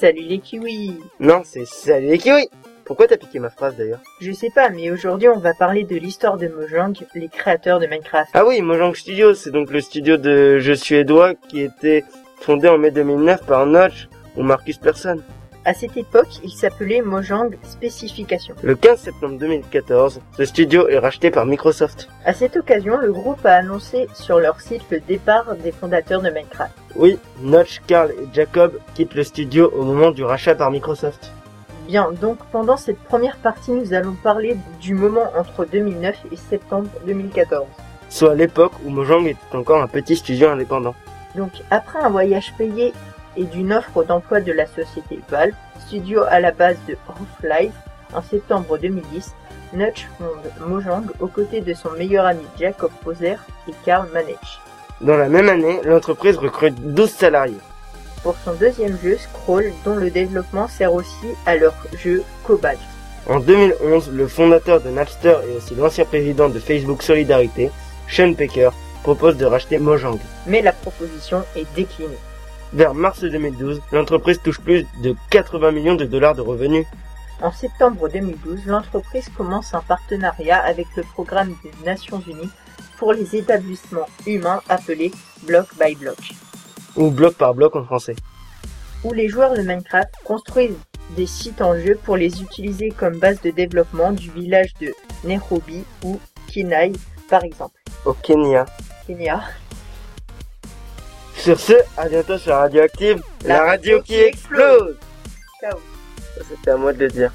Salut les kiwis Non, c'est salut les kiwis Pourquoi t'as piqué ma phrase d'ailleurs Je sais pas, mais aujourd'hui on va parler de l'histoire de Mojang, les créateurs de Minecraft. Ah oui, Mojang Studios, c'est donc le studio de jeux suédois qui était fondé en mai 2009 par Notch ou Marcus Persson. À cette époque, il s'appelait Mojang Spécification. Le 15 septembre 2014, ce studio est racheté par Microsoft. À cette occasion, le groupe a annoncé sur leur site le départ des fondateurs de Minecraft. Oui, Notch, Carl et Jacob quittent le studio au moment du rachat par Microsoft. Bien, donc pendant cette première partie, nous allons parler du moment entre 2009 et septembre 2014. Soit l'époque où Mojang était encore un petit studio indépendant. Donc après un voyage payé et d'une offre d'emploi de la société Valve, studio à la base de Half-Life, en septembre 2010, Nutch fonde Mojang aux côtés de son meilleur ami Jacob Poser et Karl Manech. Dans la même année, l'entreprise recrute 12 salariés. Pour son deuxième jeu, Scroll, dont le développement sert aussi à leur jeu Cobalt. En 2011, le fondateur de Napster et aussi l'ancien président de Facebook Solidarité, Sean Pecker, propose de racheter Mojang. Mais la proposition est déclinée. Vers mars 2012, l'entreprise touche plus de 80 millions de dollars de revenus. En septembre 2012, l'entreprise commence un partenariat avec le programme des Nations Unies pour les établissements humains appelé Block by Block, Ou bloc par bloc en français. où les joueurs de Minecraft construisent des sites en jeu pour les utiliser comme base de développement du village de Nairobi ou Kenai par exemple. Au Kenya. Kenya. Sur ce, à bientôt sur Radioactive, la, radio qui explose Ciao. C'était à moi de le dire.